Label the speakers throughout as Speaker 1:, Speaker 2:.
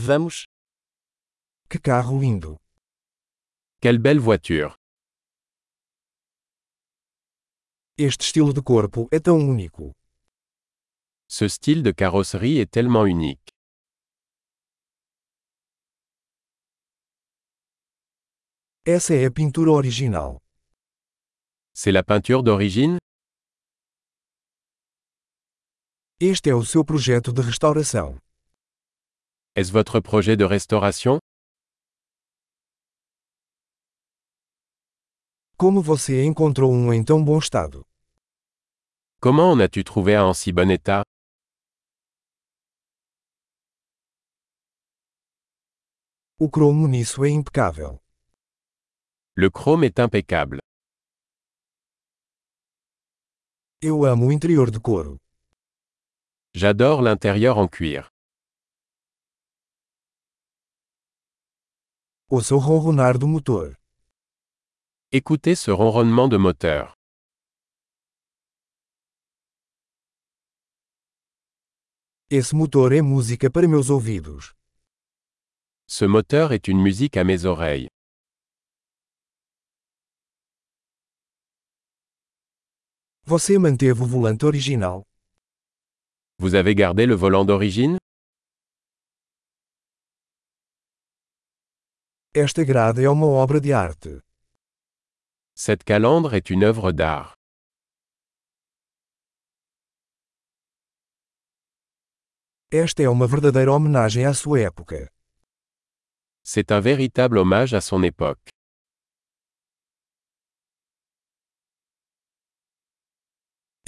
Speaker 1: Vamos.
Speaker 2: Que carro lindo!
Speaker 3: Quelle belle voiture.
Speaker 2: Este estilo de corpo é tão único.
Speaker 3: Ce style de carrosserie est tellement unique.
Speaker 2: Essa é a pintura original.
Speaker 3: C'est la peinture d'origine
Speaker 2: Este é o seu projeto de restauração.
Speaker 3: Est-ce votre projet de restauration
Speaker 2: Como você encontrou um em tão bom estado?
Speaker 3: Comment en as-tu trouvé un en si bon état
Speaker 2: O cromo nisso é impecável.
Speaker 3: Le chrome est impeccable.
Speaker 2: Eu amo o interior de couro.
Speaker 3: J'adore l'intérieur en cuir.
Speaker 2: Ouça o ronronar do motor.
Speaker 3: Écoutez ce ronronnement de moteur.
Speaker 2: Esse motor é música para meus ouvidos.
Speaker 3: Ce moteur est une musique à mes oreilles.
Speaker 2: Você manteve o volante original.
Speaker 3: Vous avez gardé le volant d'origine
Speaker 2: Esta grade é uma obra de arte.
Speaker 3: Cette calandre est une œuvre d'art.
Speaker 2: Esta é uma verdadeira homenagem à sua época.
Speaker 3: C'est un véritable hommage à son époque.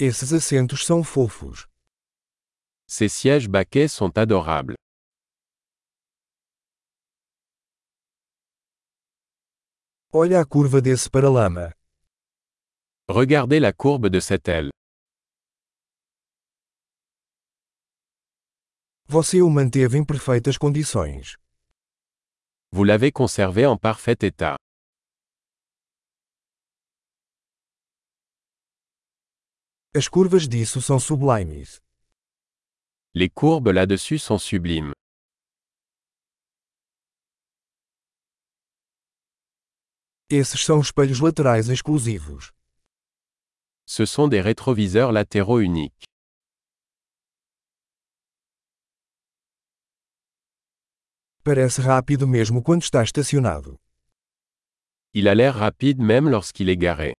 Speaker 2: Esses assentos são fofos.
Speaker 3: Ces sièges baquets sont adorables.
Speaker 2: Olha a curva desse paralama.
Speaker 3: Regardez la courbe de cette aile.
Speaker 2: Você o manteve em perfeitas condições.
Speaker 3: Vous l'avez conservé en parfait état.
Speaker 2: As curvas disso são sublimes.
Speaker 3: Les courbes là-dessus sont sublimes.
Speaker 2: Esses são espelhos laterais exclusivos.
Speaker 3: Ce sont des rétroviseurs latéraux uniques.
Speaker 2: Parece rápido mesmo quando está estacionado.
Speaker 3: Il a l'air rapide même lorsqu'il est garé.